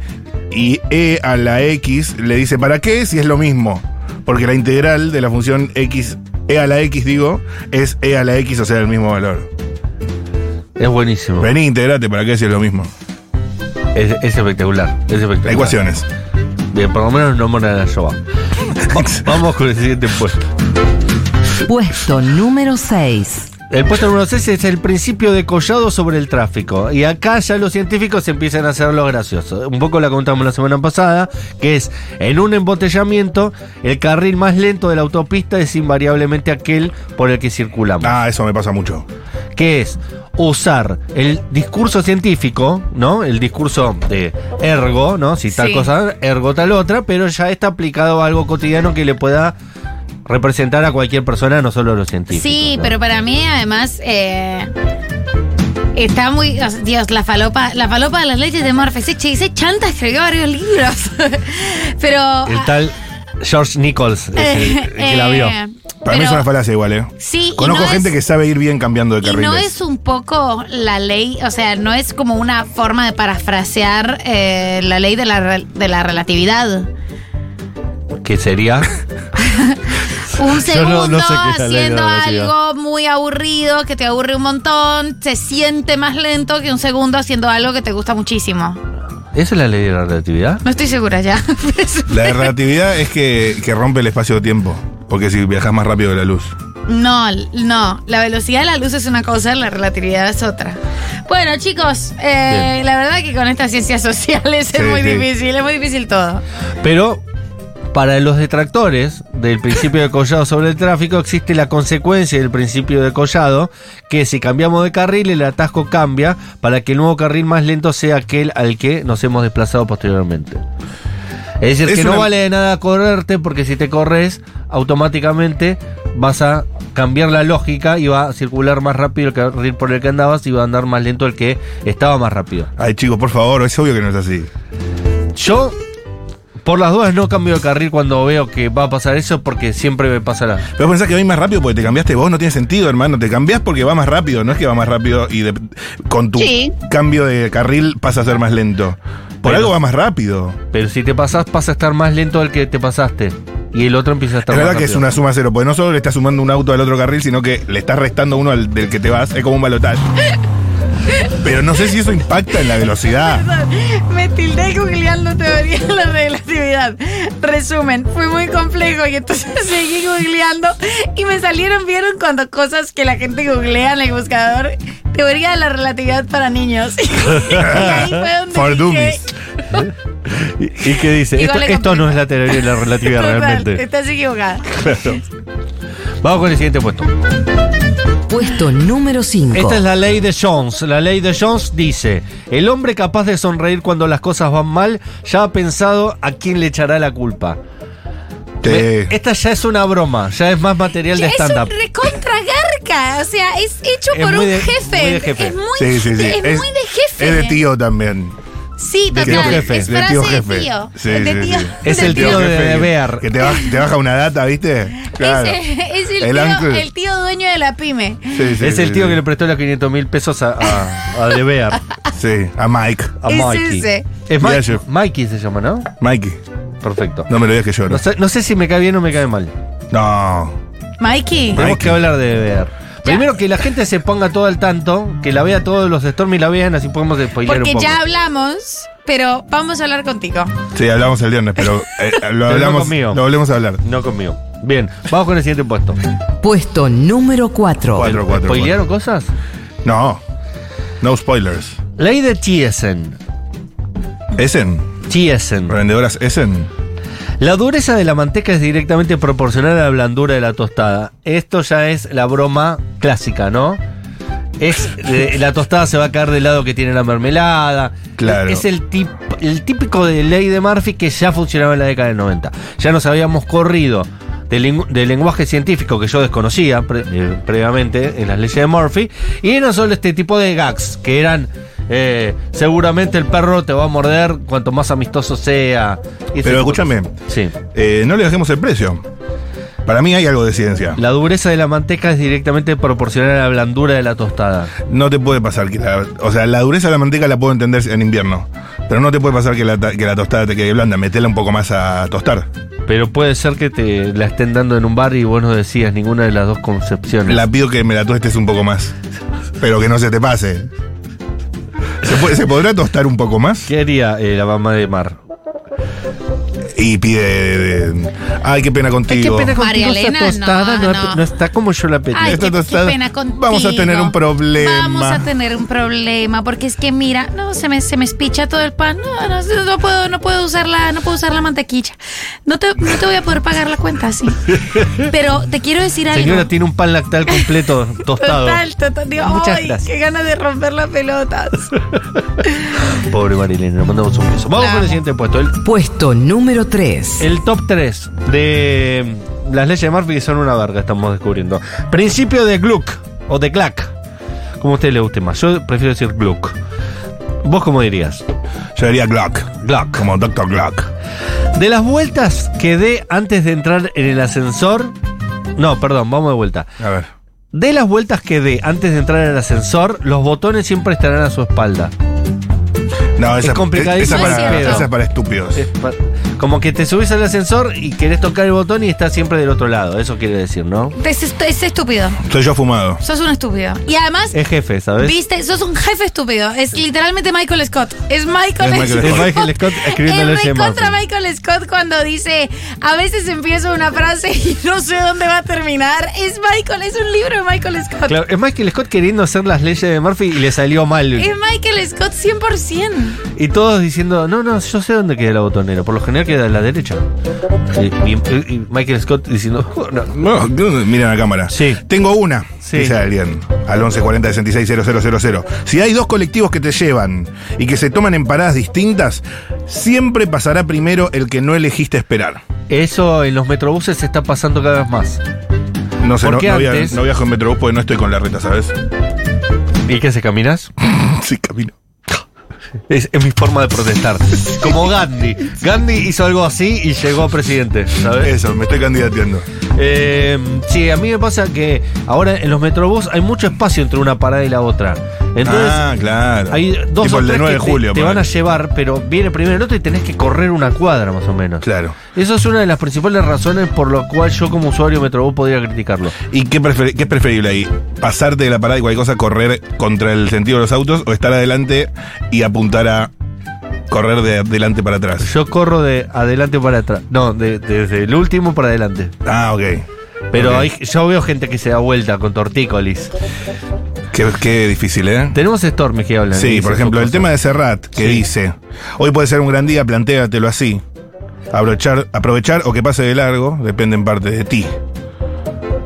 E: Y E a la X le dice, ¿para qué? Si es lo mismo. Porque la integral de la función X, E a la X, digo, es E a la X, o sea, el mismo valor.
A: Es buenísimo.
E: Vení, integrate, ¿para qué si es lo mismo?
A: Es, es espectacular. Es espectacular.
E: Ecuaciones.
A: Bien, por lo menos no moran a Showa. Vamos con el siguiente puesto.
C: Puesto número 6.
A: El puesto número 6 es el principio de collado sobre el tráfico. Y acá ya los científicos empiezan a hacerlo gracioso. Un poco la contamos la semana pasada, que es en un embotellamiento, el carril más lento de la autopista es invariablemente aquel por el que circulamos.
E: Ah, eso me pasa mucho.
A: Que es usar el discurso científico, ¿no? El discurso de ergo, ¿no? Si tal
F: Sí.
A: cosa, ergo tal otra, pero ya está aplicado a algo cotidiano que le pueda representar a cualquier persona, no solo a los científicos.
F: Sí,
A: ¿no?
F: pero para mí además eh, está muy... o sea, Dios, la falopa, la falopa de las leyes de Murphy. Ese, ch- ese chanta escribió varios libros. pero...
A: El tal George Nichols es el, el que la vio.
F: eh,
E: Para mí es
F: pero
E: una falacia igual, ¿eh?
F: Sí, y
E: Conozco
F: no
E: gente
F: es-
E: que sabe ir bien cambiando de
F: Y
E: carriles.
F: no es un poco la ley, o sea, no es como una forma de parafrasear eh, la ley de la, rel- de la relatividad.
A: Que sería.
F: Un
A: Yo
F: segundo
A: no- no sé qué es la ley de
F: haciendo
A: la relatividad.
F: algo muy aburrido, que te aburre un montón, se siente más lento que un segundo haciendo algo que te gusta muchísimo.
A: ¿Esa es la ley de la relatividad?
F: No estoy segura ya.
E: La relatividad es que, que rompe el espacio-tiempo. Porque si viajas más rápido que la luz.
F: No, no, la velocidad de la luz es una cosa, la relatividad es otra. Bueno, chicos, eh,
A: Bien.
F: la verdad que con estas ciencias sociales
E: Sí,
F: es muy
E: sí.
F: difícil, es muy difícil todo.
A: Pero. Para los detractores del principio de collado sobre el tráfico existe la consecuencia del principio de collado, que si cambiamos de carril el atasco cambia para que el nuevo carril más lento sea aquel al que nos hemos desplazado posteriormente. Es decir,
E: Es
A: que no
E: una-
A: vale de nada correrte porque si te corres automáticamente vas a cambiar la lógica y va a circular más rápido el carril por el que andabas y va a andar más lento el que estaba más rápido.
E: Ay, chicos, por favor, es obvio que no es así.
A: Yo, por las dudas, no cambio de carril cuando veo que va a pasar eso porque siempre me pasará.
E: Pero pensás que va más rápido porque te cambiaste vos, no tiene sentido, hermano. Te cambiás porque va más rápido, no es que va más rápido y de- con tu
F: Sí.
E: cambio de carril pasa a ser más lento. Por
A: Pero-
E: algo va más rápido.
A: Pero si te pasás, pasa a estar más lento del que te pasaste. Y el otro empieza a estar
E: Es
A: más
E: verdad que es
A: rápido.
E: una suma cero, porque no solo le estás sumando un auto al otro carril, sino que le estás restando uno al del que te vas. Es como un balotaje. Pero no sé si eso impacta en la velocidad.
F: Me tildé googleando teoría de la relatividad. Resumen, fue muy complejo y entonces seguí googleando y me salieron, vieron cuando cosas que la gente googlea en el buscador, teoría de la relatividad para niños. Y ahí fue donde
E: For
F: dije,
E: dummies.
A: ¿Y, y qué dice?
F: Igual
A: Esto,
F: le
A: esto no es la teoría de la relatividad
F: total,
A: realmente.
F: Estás equivocada.
A: Vamos con el siguiente puesto.
C: Puesto número 5.
A: Esta es la ley de Jones. La ley de Jones dice: El hombre capaz de sonreír cuando las cosas van mal ya ha pensado a quién le echará la culpa.
E: Te-
A: Me- Esta ya es una broma, ya es más material de
F: es un
A: stand-up.
F: recontra garca, o sea, es hecho
A: Es
F: por
A: muy
F: un
A: de-
F: jefe.
A: muy de jefe.
F: Es muy,
E: Sí, sí, sí.
F: es muy de jefe.
E: Es de tío también.
F: Sí, total.
E: De tío jefe.
F: Es
E: de
F: frase
E: tío
F: de
E: jefe.
F: tío.
E: Sí,
F: de
E: sí,
F: tío.
E: sí.
A: Es el
F: de
A: tío de-
E: que-
A: Bear.
E: Que te, baj- te baja una data, ¿viste? Claro.
F: Es, es el,
E: El
F: tío,
E: uncle.
F: el tío dueño de la pyme.
E: Sí, sí,
A: es
E: sí,
A: el tío
E: sí.
A: que le prestó los 500 mil pesos a, a, a De Bear,
E: Sí, a Mike.
A: a
F: Es
A: Mikey.
F: ese.
A: Es
E: Mira
A: Mikey,
E: yo.
A: Mikey se llama, ¿no?
E: Mikey,
A: Perfecto.
E: no me lo digas que lloro.
A: No sé, no sé si me cae bien o me cae mal.
E: No.
F: Mikey.
A: Tenemos que hablar de Bear. Primero que la gente se ponga todo al tanto, que la vea todos los Storm y la vean, así podemos spoiler un
F: Porque
A: poco.
F: ya hablamos, pero vamos a hablar contigo.
E: Sí, hablamos el viernes, pero eh, lo hablamos.
A: conmigo.
E: Lo volvemos a hablar.
A: No conmigo. Bien, vamos con el siguiente puesto.
C: Puesto número 4.
E: Cuatro. cuatro,
A: ¿Spoilearon cosas?
E: No. No spoilers.
A: Ley de Thiesen.
E: Essen.
A: Thiesen.
E: Vendedoras Essen.
A: La dureza de la manteca es directamente proporcional a la blandura de la tostada. Esto ya es la broma clásica, ¿no? Es, eh, la tostada se va a caer del lado que tiene la mermelada.
E: Claro.
A: Es el, tip- el típico de ley de Murphy que ya funcionaba en la década del 90. Ya nos habíamos corrido del, lingu- del lenguaje científico que yo desconocía pre- eh, previamente en las leyes de Murphy. Y eran solo este tipo de gags que eran. eh, seguramente el perro te va a morder cuanto más amistoso sea. Y ese
E: Pero
A: tipo de
E: escúchame.
A: cosas. Sí.
E: Eh, no le dejemos el precio. Para mí hay algo de ciencia.
A: La dureza de la manteca es directamente proporcional a la blandura de la tostada.
E: No te puede pasar que la. O sea, la dureza de la manteca la puedo entender en invierno. Pero no te puede pasar que la, ta- que la tostada te quede blanda. Metela un poco más a tostar.
A: Pero puede ser que te la estén dando en un bar y vos no decías ninguna de las dos concepciones.
E: La pido que me la tostes un poco más. Pero que no se te pase. ¿Se, puede- se podrá tostar un poco más?
A: ¿Qué haría eh, la mamá de Mar?
E: Y pide. ay, qué pena contigo.
F: María Elena,
A: tostada no,
F: no, no.
A: no está como yo la pedí.
F: Ay,
E: Esta
F: qué, qué
E: tostada-
F: pena contigo.
E: Vamos a tener un problema.
F: Vamos a tener un problema, porque es que mira, no, se me, se me espicha todo el pan. No, no, no puedo, no puedo usar la, no puedo usar la mantequilla. No te, no te voy a poder pagar la cuenta así. Pero te quiero decir algo.
A: Señora, tiene un pan lactal completo tostado.
F: Total, total. Digo,
A: Muchas
F: ay,
A: gracias.
F: qué ganas de romper las pelotas.
A: Pobre Marilena, le mandamos un beso. Vamos
F: La
A: con el
F: amo.
A: siguiente puesto. El,
C: Puesto número 3.
A: el top 3 de mm, las leyes de Murphy que son una verga, estamos descubriendo. Principio de Gluck o de Clack. Como a usted le guste más. Yo prefiero decir Gluck. ¿Vos cómo dirías?
E: Yo diría Glock.
A: Glock.
E: Como Dr. Glock.
A: De las vueltas que dé antes de entrar en el ascensor. No, perdón, vamos de vuelta.
E: A ver.
A: De las vueltas que dé antes de entrar en el ascensor, los botones siempre estarán a su espalda.
E: No, esa,
A: Es complicadísimo
E: esa,
F: el
E: para,
F: pedo.
E: esa es Eh. para estúpidos.
A: Es pa- Como que te subís al ascensor y querés tocar el botón y está siempre del otro lado. Eso quiere decir, ¿no?
F: Es, est- es estúpido.
E: Soy yo fumado.
F: Sos un estúpido. Y además,
E: Eh,
A: Es jefe, ¿sabes?
F: viste, sos un jefe estúpido. Es literalmente Michael Scott. Es Michael,
E: Es Michael
F: Scott.
E: Scott.
A: Es Michael Scott escribiendo
F: El
A: leyes de
F: recontra
A: Murphy.
F: Michael Scott cuando dice, a veces empiezo una frase y no sé dónde va a terminar. Es Michael, es un libro de Michael Scott.
A: Claro, es Michael Scott queriendo hacer las leyes de Murphy y le salió mal.
F: Es Michael Scott 100%.
A: Y todos diciendo, no, no, yo sé dónde queda la botonera. Por lo general queda a la derecha. Y, y- y Michael Scott diciendo, "Oh, no,
E: No, miren la cámara.
A: Sí.
E: Tengo una,
A: Sí.
E: dice alguien, al 1140 66 000. Si hay dos colectivos que te llevan y que se toman en paradas distintas, siempre pasará primero el que no elegiste esperar.
A: Eso en los metrobuses se está pasando cada vez más.
E: No sé, no,
A: Porque
E: no via-
A: antes-
E: no viajo en Metrobús porque no estoy con la reta, ¿sabes?
A: ¿Y qué se caminas?
E: sí, camino.
A: Es, es mi forma de protestar. Como Gandhi. Gandhi hizo algo así y llegó a presidente, ¿sabes?
E: Eso, me estoy candidateando.
A: Eh, sí, a mí me pasa que ahora en los metrobús hay mucho espacio entre una parada y la otra. Entonces,
E: ah, claro.
A: hay dos
E: tipo
A: o
E: el de
A: tres
E: 9 de
A: que te-
E: julio.
A: te, van a
E: ponele.
A: llevar, pero viene primero el otro y tenés que correr una cuadra más o menos.
E: Claro.
A: Eso es una de las principales razones por lo cual yo como usuario de Metrobús podría criticarlo.
E: ¿Y qué, prefer- qué es preferible ahí? ¿Pasarte de la parada y cualquier cosa, correr contra el sentido de los autos o estar adelante y apuntar a correr de adelante para atrás?
A: Yo corro de adelante para atrás. No, de- desde el último para adelante.
E: Ah, ok.
A: Pero
E: Ok.
A: hay- yo veo gente que se da vuelta con tortícolis.
E: Qué, qué difícil, ¿eh?
A: Tenemos Stormy que hablan.
E: Sí, por ejemplo, el tema de Serrat, que
A: Sí.
E: dice, hoy puede ser un gran día, plantéatelo así. Abrochar, aprovechar o que pase de largo, depende en parte de ti.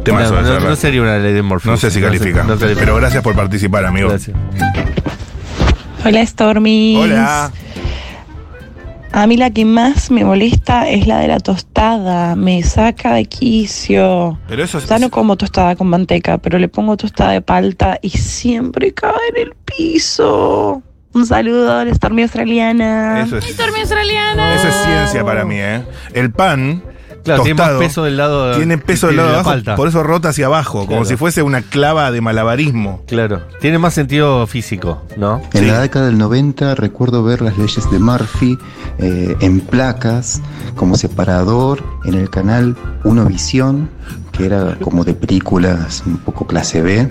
E: Temazo
A: no,
E: de
A: no-
E: Serrat.
A: no sería una ley de Morpheus.
E: No sé si califica,
A: no califica.
E: pero gracias por participar, amigo.
A: Gracias.
D: Hola Stormy.
E: Hola.
D: A mí la que más me molesta es la de la tostada. Me saca de quicio.
E: Pero eso es-
D: Ya no como tostada con manteca, pero le pongo tostada de palta y siempre cae en el piso. Un saludo a la Stormy australiana.
E: eso es,
F: Stormy australiana.
E: eso es ciencia para mí, ¿eh? El pan
A: Claro, tiene más
E: tostado
A: peso del lado.
E: tiene peso
A: tiene
E: del lado de
A: la
E: abajo,
A: palta.
E: por eso rota hacia abajo, como
A: Claro.
E: si fuese una clava de malabarismo.
A: Claro, tiene más sentido físico, ¿no?
G: En
E: Sí.
G: la década del 90 recuerdo ver las leyes de Murphy eh, en placas como separador en el canal Unovisión, que era como de películas un poco clase B,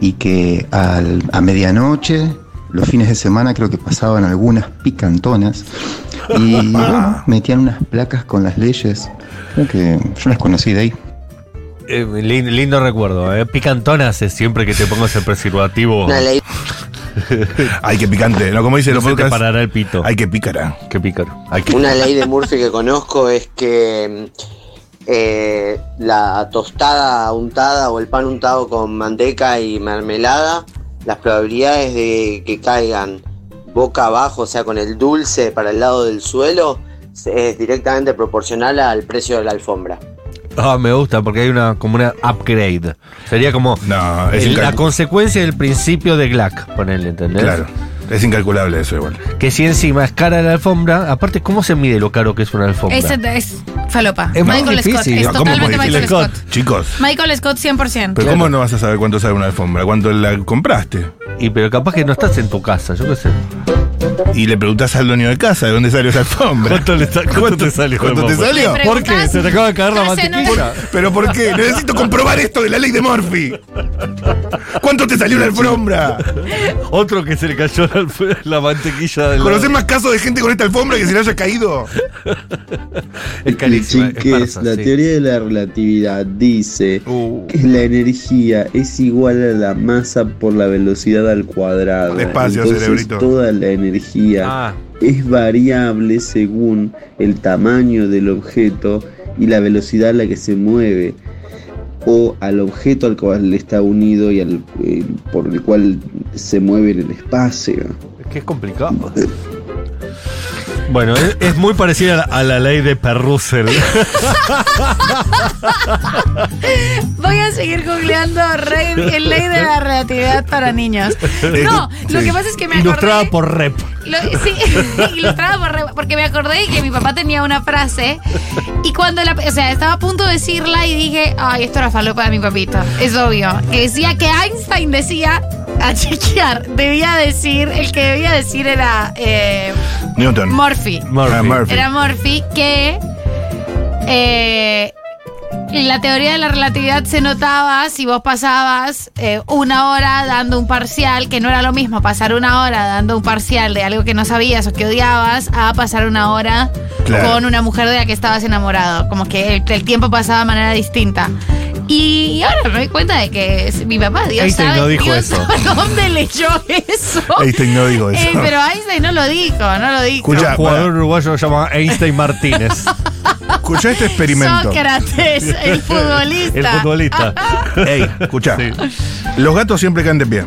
G: y que al- a medianoche, los fines de semana creo que pasaban algunas picantonas, y bueno, metían unas placas con las leyes, creo que yo las conocí de ahí.
A: Eh, lin- lindo recuerdo, ¿eh? Picantonas es siempre que te pongas el preservativo.
E: Ay, qué picante, ¿no? Como dice
A: no
E: los
A: se te
E: podcasts,
A: parará el pito.
E: ay, qué pícara.
A: Qué pícaro. Ay, qué-
H: Una ley de Murphy que conozco es que eh, la tostada untada o el pan untado con manteca y mermelada, las probabilidades de que caigan boca abajo, o sea, con el dulce para el lado del suelo, es directamente proporcional al precio de la alfombra.
A: Ah, me gusta porque hay una como una upgrade. Sería como
E: No, es
A: el- la
E: incal-
A: consecuencia del principio de Glack, ponele, ¿entendés?
E: Claro, es incalculable eso igual.
A: Que si encima es cara la alfombra, aparte, ¿cómo se mide lo caro que es una alfombra?
F: Ese es falopa.
A: Es muy
F: Michael Scott.
A: difícil.
F: Es
E: No, ¿cómo
F: totalmente
E: puede
F: Michael
E: ser?
F: Scott.
E: Chicos,
F: Michael Scott 100%.
E: pero ¿cómo no vas a saber cuánto sale una alfombra? ¿Cuánto la compraste?
A: Y pero capaz que no estás en tu casa, yo qué sé.
E: Y le preguntás al dueño de casa de dónde salió esa alfombra.
A: ¿Cuánto le sa- cuánto te salió,
E: ¿Cuánto te
A: papá?
E: salió?
F: Le preguntás-
A: ¿Por qué? Se te acaba de caer la
F: Estás en un-
A: mantequilla.
E: ¿Pero por qué? Necesito comprobar esto de la ley de Murphy. ¿Cuánto te salió la alfombra?
A: Otro que se le cayó la, alf- la mantequilla del.
E: ¿Conocés más casos de gente con esta alfombra que se le haya caído?
A: Es carísima, es
I: Chiques,
A: persa,
I: la
A: sí.
I: teoría de la relatividad dice
E: Uh.
I: que la energía es igual a la masa por la velocidad al cuadrado.
E: Despacio,
I: Entonces,
E: cerebrito.
I: Toda la energía
A: Ah,
I: es variable según el tamaño del objeto y la velocidad a la que se mueve o al objeto al cual está unido y al eh, por el cual se mueve en el espacio.
A: es que es complicado. Bueno, es, es muy parecida a la, a la ley de Perrussel.
F: Voy a seguir googleando rey, el ley de la relatividad para niños.
E: Este,
F: No, lo que pasa es que me acordé.
A: Ilustrada por Rep.
F: Lo- sí, ilustrada por re- porque me acordé que mi papá tenía una frase y cuando la, o sea, estaba a punto de decirla y dije, ay, esto era falopa de mi papito, es obvio, que decía que Einstein decía, a chequear, debía decir, el que debía decir era eh,
E: Newton.
F: Murphy,
A: Murphy.
E: Ah, Murphy.
F: era Murphy, que eh, la teoría de la relatividad se notaba si vos pasabas eh, una hora dando un parcial, que no era lo mismo pasar una hora dando un parcial de algo que no sabías o que odiabas, a pasar una hora
E: Claro.
F: con una mujer de la que estabas enamorado. Como que el, el tiempo pasaba de manera distinta. Y ahora me doy cuenta de que es- mi papá, Dios
A: Einstein
F: sabe,
A: no dijo
F: Dios
A: eso.
F: sabe dónde leyó eso.
E: Einstein Este, no dijo eso.
F: Eh, pero Einstein no lo dijo, no lo dijo.
E: Escucha,
A: un jugador uruguayo llamado Einstein Martínez.
E: Escuchá este experimento.
F: Sócrates, el futbolista.
A: El futbolista.
E: Ey, escuchá. Los gatos siempre caen de pie,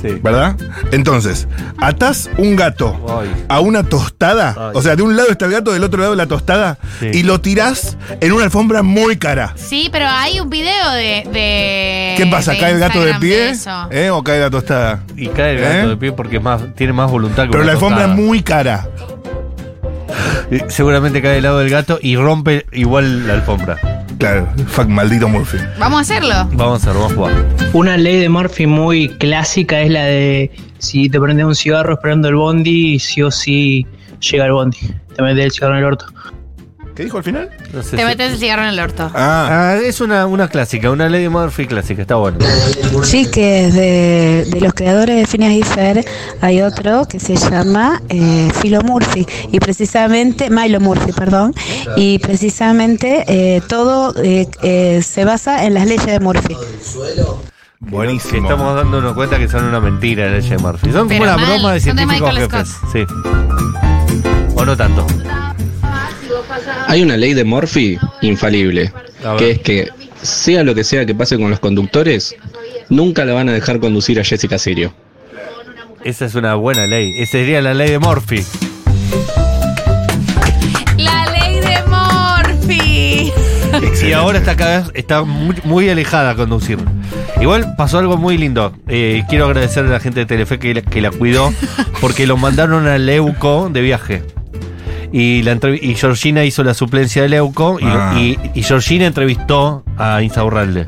A: Sí.
E: ¿verdad? Entonces, atás un gato
A: Ay.
E: a una tostada,
A: Ay.
E: o sea, de un lado está el gato, del otro lado la tostada,
A: Sí.
E: y lo tirás en una alfombra muy cara.
F: Sí, pero hay un video de. de-
E: ¿Qué pasa?
F: Eh, de
E: ¿Cae el gato de
F: Instagram
E: pie?
F: eso.
E: ¿Eh? ¿O cae la tostada?
A: Y cae el gato
E: ¿Eh?
A: de pie porque más, tiene más voluntad que
E: Pero
A: una
E: la alfombra es
A: tostada.
E: muy cara.
A: Y Seguramente cae del lado del gato y rompe igual la alfombra.
E: Claro, fuck, maldito Murphy.
H: Vamos a hacerlo.
A: Vamos a hacer, vamos a jugar.
G: Una ley de Murphy muy clásica es la de si te prendes un cigarro esperando el bondi, sí o sí llega el bondi. Te metes el cigarro en el orto.
E: ¿Qué dijo al final?
A: No sé
H: Te
A: si-
H: metes el cigarro en el orto.
E: Ah,
A: Ah, es una, una clásica, una ley de Murphy clásica, está bueno.
D: Sí, que de, de los creadores de Phineas y Fer hay otro que se llama eh, Philo Murphy y precisamente, Milo Murphy, perdón, y precisamente eh, todo eh, eh, se basa en las leyes de Murphy.
A: Que
E: buenísimo.
A: estamos dándonos cuenta que son una mentira la ley de Murphy. Son como
H: Pero
A: una
H: mal,
A: broma de
H: son de
A: científicos
H: Michael
A: jefes. Sí. O no tanto.
I: Hay una ley de Murphy infalible,
A: A
I: que
A: ver.
I: es que sea lo que sea que pase con los conductores, nunca la van a dejar conducir a Jessica Sirio.
A: Esa es una buena ley. Esa sería la ley de Murphy.
H: La ley de Morphy.
A: Y
E: Excelente.
A: ahora está cada vez está muy, muy alejada a conducir. Igual pasó algo muy lindo. Eh, quiero agradecer a la gente de Telefe que la, que la cuidó porque lo mandaron a Leuco de viaje. Y, la entrev- y Georgina hizo la suplencia de Leuco y, lo-
E: Ah.
A: y- y Georgina entrevistó a Insaurralde,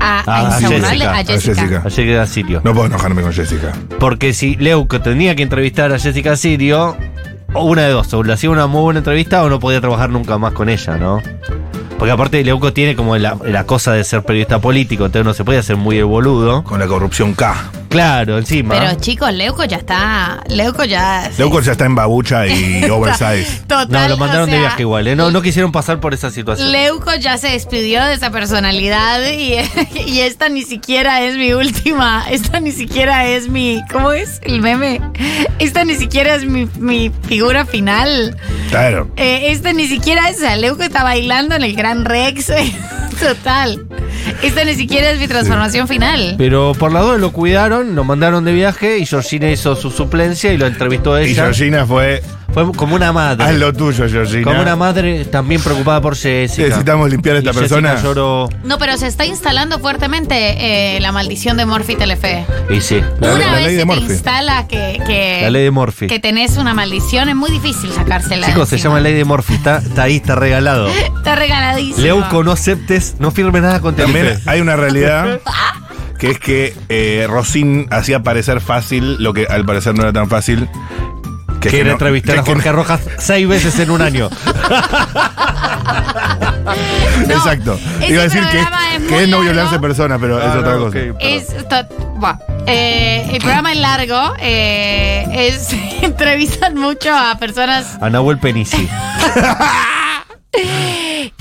H: A,
A: Ah,
H: a,
A: a
H: Insaurralde,
A: Jessica,
H: a
E: a
H: Jessica.
E: Jessica.
A: ayer que era Sirio.
E: No puedo enojarme con Jessica.
A: Porque si Leuco tenía que entrevistar a Jessica Sirio, o una de dos, o le hacía una muy buena entrevista o no podía trabajar nunca más con ella, ¿no? Porque aparte Leuco tiene como la, la cosa de ser periodista político, entonces no se puede hacer muy el boludo.
E: Con la corrupción K.
A: Claro, encima.
H: Pero chicos, Leuco ya está. Leuco ya.
E: Leucor ya está en babucha y oversize.
H: Total.
A: no, lo
H: o
A: mandaron de
H: sea,
A: viaje igual, ¿eh? No, no quisieron pasar por esa situación.
H: Leuco ya se despidió de esa personalidad y, y esta ni siquiera es mi última, esta ni siquiera es mi, ¿cómo es el meme? Esta ni siquiera es mi, mi figura final,
E: Claro.
H: Eh, esta ni siquiera es, o sea, Leuco está bailando en el Gran Rex, total, esta ni siquiera es mi transformación final.
A: Pero por la duda lo cuidaron, lo mandaron de viaje y Georgina hizo su suplencia y lo entrevistó a
E: Y
A: ella.
E: Georgina Ah, fue.
A: Fue como una madre.
E: Haz lo tuyo, Georgina.
A: Como una madre también preocupada por Jessica.
E: Necesitamos limpiar a esta
A: Y Jessica
E: persona.
A: lloró.
H: No, pero se está instalando fuertemente eh, la maldición de Morphy Telefe.
A: Y sí,
E: La-
H: Una
E: la
H: vez
E: ley de
H: se te
E: Murphy.
H: instala que, que-
A: la ley de Morphy.
H: Eh, que tenés una maldición, es muy difícil sacársela.
A: Chicos, se
H: encima.
A: llama ley de Morphy, está, está ahí, está regalado.
H: Está regaladísimo.
A: Leuco, no aceptes, no firmes nada con
E: También
A: Telefe.
E: hay una realidad que es que eh, Rosín hacía parecer fácil lo que al parecer no era tan fácil. Que es que
A: Quiere
E: no-
A: entrevistar
E: que
A: a
E: es que
A: Jorge
E: no-
A: Rojas seis veces en un año.
E: Exacto.
H: ese
E: Iba a decir que,
H: programa es
E: que
H: muy
E: es no
H: largo.
E: violarse personas, pero es
A: Ah,
E: otra
A: no,
E: cosa.
A: ok, perdón.
H: Es to- buah. Eh, el programa es largo. eh, es, entrevistan mucho a personas.
A: A Nahuel Penici.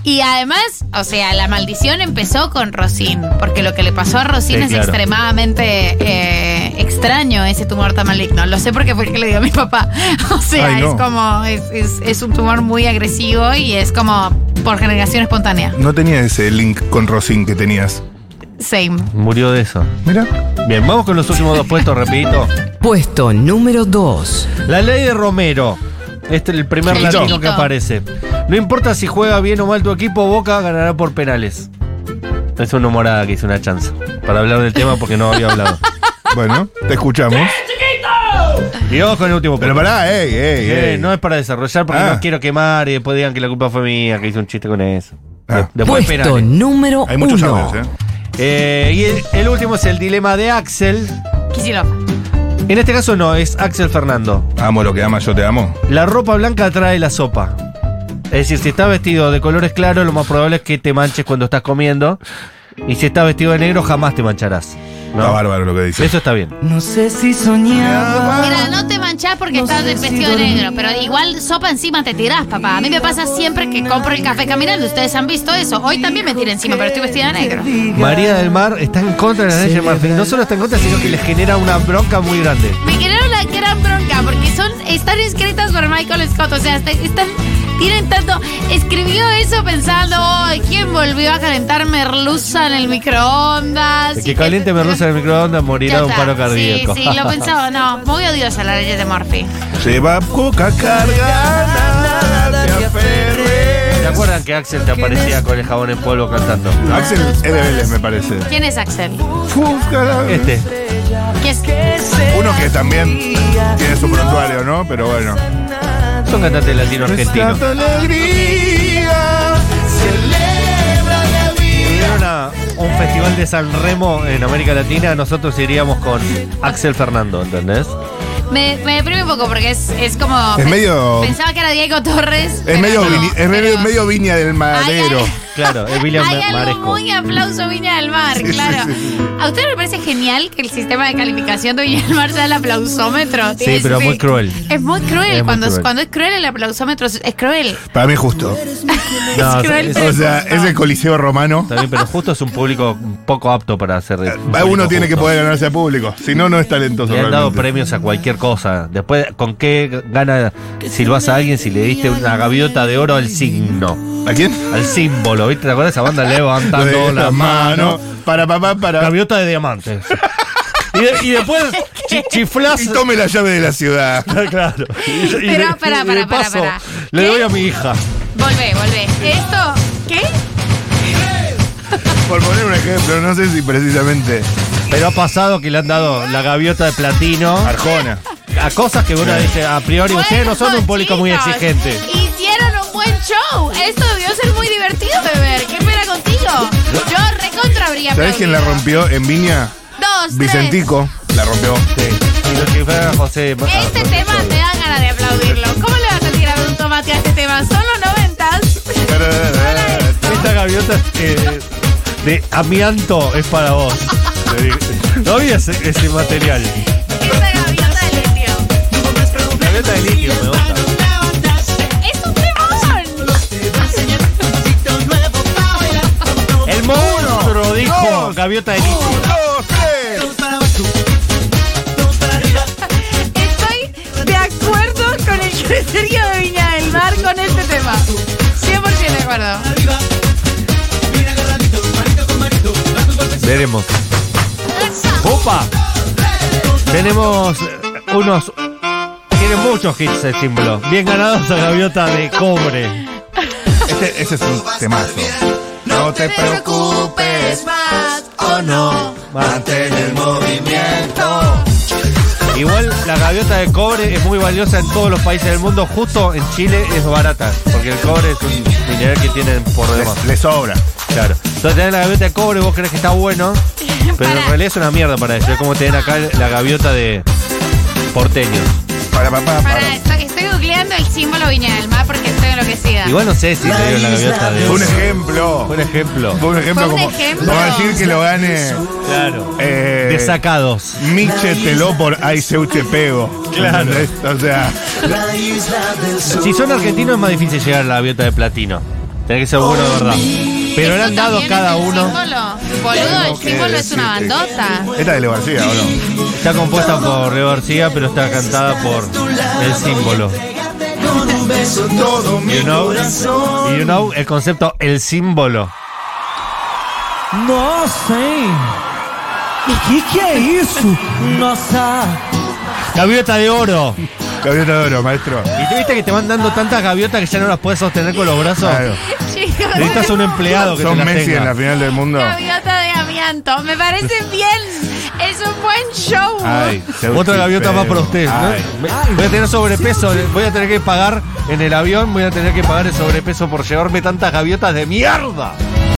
H: Y además, o sea, la maldición empezó con Rosín. Porque lo que le pasó a Rosín
A: Sí,
H: es
A: claro.
H: extremadamente eh, extraño, ese tumor tan maligno. Lo sé porque fue el que le dio a mi papá. O sea,
E: Ay, no.
H: es como. Es, es- es un tumor muy agresivo y es como por generación espontánea.
E: No tenía ese link con Rosín que tenías.
H: Same.
A: Murió de eso.
E: Mira.
A: Bien, vamos con los últimos dos puestos, rapidito.
C: Puesto número 2.
A: La ley de Romero. Este es el primer
H: El
A: latino
H: chiquito.
A: que aparece. No importa si juega bien o mal tu equipo, Boca ganará por penales. Es una morada que hizo una chance. Para hablar del tema porque no había hablado.
E: Bueno, te escuchamos.
A: Y vamos con el último
E: Pero
A: puesto.
E: pará, ey, ey,
A: Eh,
E: ey.
A: no es para desarrollar porque
E: Ah.
A: no quiero quemar y después digan que la culpa fue mía, que hice un chiste con eso.
E: Ah.
A: Después
C: Puesto
A: penales.
C: número
E: Hay muchos
C: 1.
E: audios, ¿eh?
A: Eh, y el, el último es el dilema de Axel.
H: Kicillof.
A: En este caso no, es Axel Fernando.
E: Amo lo que ama, yo te amo.
A: La ropa blanca trae la sopa. Es decir, si estás vestido de colores claros, lo más probable es que te manches cuando estás comiendo. Y si estás vestido de negro, jamás te mancharás. ¿no?
E: Está bárbaro lo que dice.
A: Eso está bien.
C: No sé si soñaba.
H: Mira, no te manchás porque estás de vestido de negro, pero igual sopa encima te tirás, papá. A mí me pasa siempre que compro el café caminando. Ustedes han visto eso. Hoy también me tiré encima, pero estoy vestida de negro.
A: María del Mar está en contra de la ley de Murphy. No solo está en contra, sino que le genera una bronca muy grande.
H: Me generaron la gran bronca porque son, están escritas por Michael Scott. O sea, está- están, tienen tanto. Escribió eso pensando, "Ay, ¿quién volvió a calentar merluza en el microondas?
A: El que caliente me rosa en el microondas morirá de un paro cardíaco.
H: Sí, sí, lo pensaba. No, muy odiosa la ley de Murphy.
E: Lleva coca cargada, nada te aferres.
A: ¿Se acuerdan que Axel te aparecía con el jabón en polvo cantando?
E: Axel es de Vélez, me parece.
H: ¿Quién es Axel?
E: Uf, cara.
A: Este.
H: ¿Qué es?
E: Uno que también tiene su prontuario, ¿no? Pero bueno.
A: Son cantantes latino argentinos.
E: alegría, celebra
A: fuera un festival de San Remo en América Latina, nosotros iríamos con Axel Fernando, ¿entendés?
H: Me, me deprime un poco porque es, es como.
E: Es medio-
H: Pensaba que era Diego Torres.
E: Es
H: pero
E: medio,
H: no,
E: vini- es medio,
H: pero-
E: medio viña del madero.
A: Claro, es William
H: Hay algo
A: Maresco.
H: muy aplauso Viña del Mar, claro. A ustedes les parece genial que el sistema de calificación de Viña del Mar sea el aplausómetro.
A: Sí,
H: Es-
A: pero muy cruel.
H: Es muy cruel.
A: Es muy
H: cuando,
A: cruel.
H: cuando es cruel el aplausómetro, es, es cruel.
E: Para mí es justo.
A: No,
H: es cruel, pero
E: O sea,
H: justo.
E: es el Coliseo Romano.
A: Está bien, pero justo es un público poco apto para hacer.
E: Eh, Uno tiene que poder ganarse a público. Si no, no es talentoso.
A: Le han dado
E: realmente.
A: premios a cualquier cosa. Después, ¿con qué gana silbas a alguien si le diste una gaviota de oro al signo?
E: ¿A quién?
A: Al símbolo, ¿viste? ¿Te acuerdas de esa banda
E: Lo
A: levantando
E: de
A: la
E: las
A: mano?
E: manos. Para papá, para.
A: Gaviota de diamantes. Y, de- y después chi- chiflas.
E: Y tome la llave de la ciudad.
A: Claro. Y, y
H: Pero,
A: de-
H: pará,
A: y de
H: pará, pará,
A: paso,
H: pará.
A: Le doy a mi hija.
H: Volvé, volvé. Esto, ¿qué?
E: Por poner un ejemplo, no sé si precisamente.
A: Pero ha pasado que le han dado la gaviota de platino
E: Arjona.
A: a cosas que uno dice a priori. Ustedes no son un público muy
H: chicos,
A: exigente.
H: Hicieron un buen show. Esto debió ser muy divertido de ver. ¿Qué pena contigo? Yo recontra habría
E: ¿Sabés quién la
H: aplaudido.
E: rompió en Viña?
H: Dos,
E: Vicentico. La rompió.
A: Y lo que fue José.
H: tres. Este tema te da ganas de aplaudirlo. ¿Cómo le vas a tirar un tomate a este tema? Son los noventas.
A: Esta gaviota eh, de amianto es para vos. No había ese, ese material.
H: Esta gaviota de litio.
A: Gaviota de litio me gusta.
H: ¡Es un temón!
A: El monstruo dijo gaviota de litio.
H: Estoy de acuerdo con el criterio de Viña del Mar con este tema. 100% de acuerdo.
A: Veremos. ¡Opa! Tenemos eh, unos. Tiene muchos hits el símbolo. Bien ganados a gaviota de cobre.
E: Este, ese es un temazo. No te preocupes.
H: más o no.
E: Mantén el movimiento.
A: Igual la gaviota de cobre es muy valiosa en todos los países del mundo. Justo en Chile es barata. Porque el cobre es un mineral que tienen por demás.
E: Le sobra.
A: Claro. Entonces tenés la gaviota de cobre, vos crees que está bueno, pero en realidad es una mierda para ellos. Es como tener acá la gaviota de porteños.
E: Para papá, para.
H: Para, estoy, estoy googleando el símbolo Viña del Mar porque estoy enloquecida.
A: Igual no sé si te dio la gaviota de
E: Fue un
A: oro.
E: ejemplo.
A: Fue un ejemplo.
E: Fue un ejemplo
H: Fue un
E: como.
H: ejemplo.
E: Como decir que lo gane.
A: Claro.
E: Eh,
A: De sacados.
E: Miche Teló por Ay, Seu te pego.
A: Claro.
E: ¿Entendés? O sea,
A: Si son argentinos es más difícil llegar a la gaviota de platino. Tenés que ser bueno de verdad. Pero le han dado
H: También
A: cada
H: es el
A: uno.
H: símbolo. Boludo, el
E: Tengo que
H: símbolo es una
E: decirte.
H: bandota.
E: esta es de Leo García, ¿o no?
A: Está compuesta por Leo García, pero está cantada por el símbolo. You know, you know el concepto, el símbolo.
C: Nossa, hein? Que que é isso? Nossa.
A: Gaviota de oro.
E: Gabriela de Oro, maestro.
A: Y te viste que te van dando tantas gaviotas que ya no las puedes sostener con los brazos.
E: Claro.
H: Chicos,
A: Necesitas un empleado que te
E: Son
A: las
E: Messi
A: tenga.
E: en la final del mundo.
H: Gaviota de amianto. Me parece bien. Es un buen show.
E: Ay, Seu
A: Otra
E: te
A: gaviota
E: pego.
A: más para usted. ¿no?
E: Ay.
A: Me- Voy a tener sobrepeso, voy a tener que pagar en el avión, voy a tener que pagar el sobrepeso por llevarme tantas gaviotas de mierda.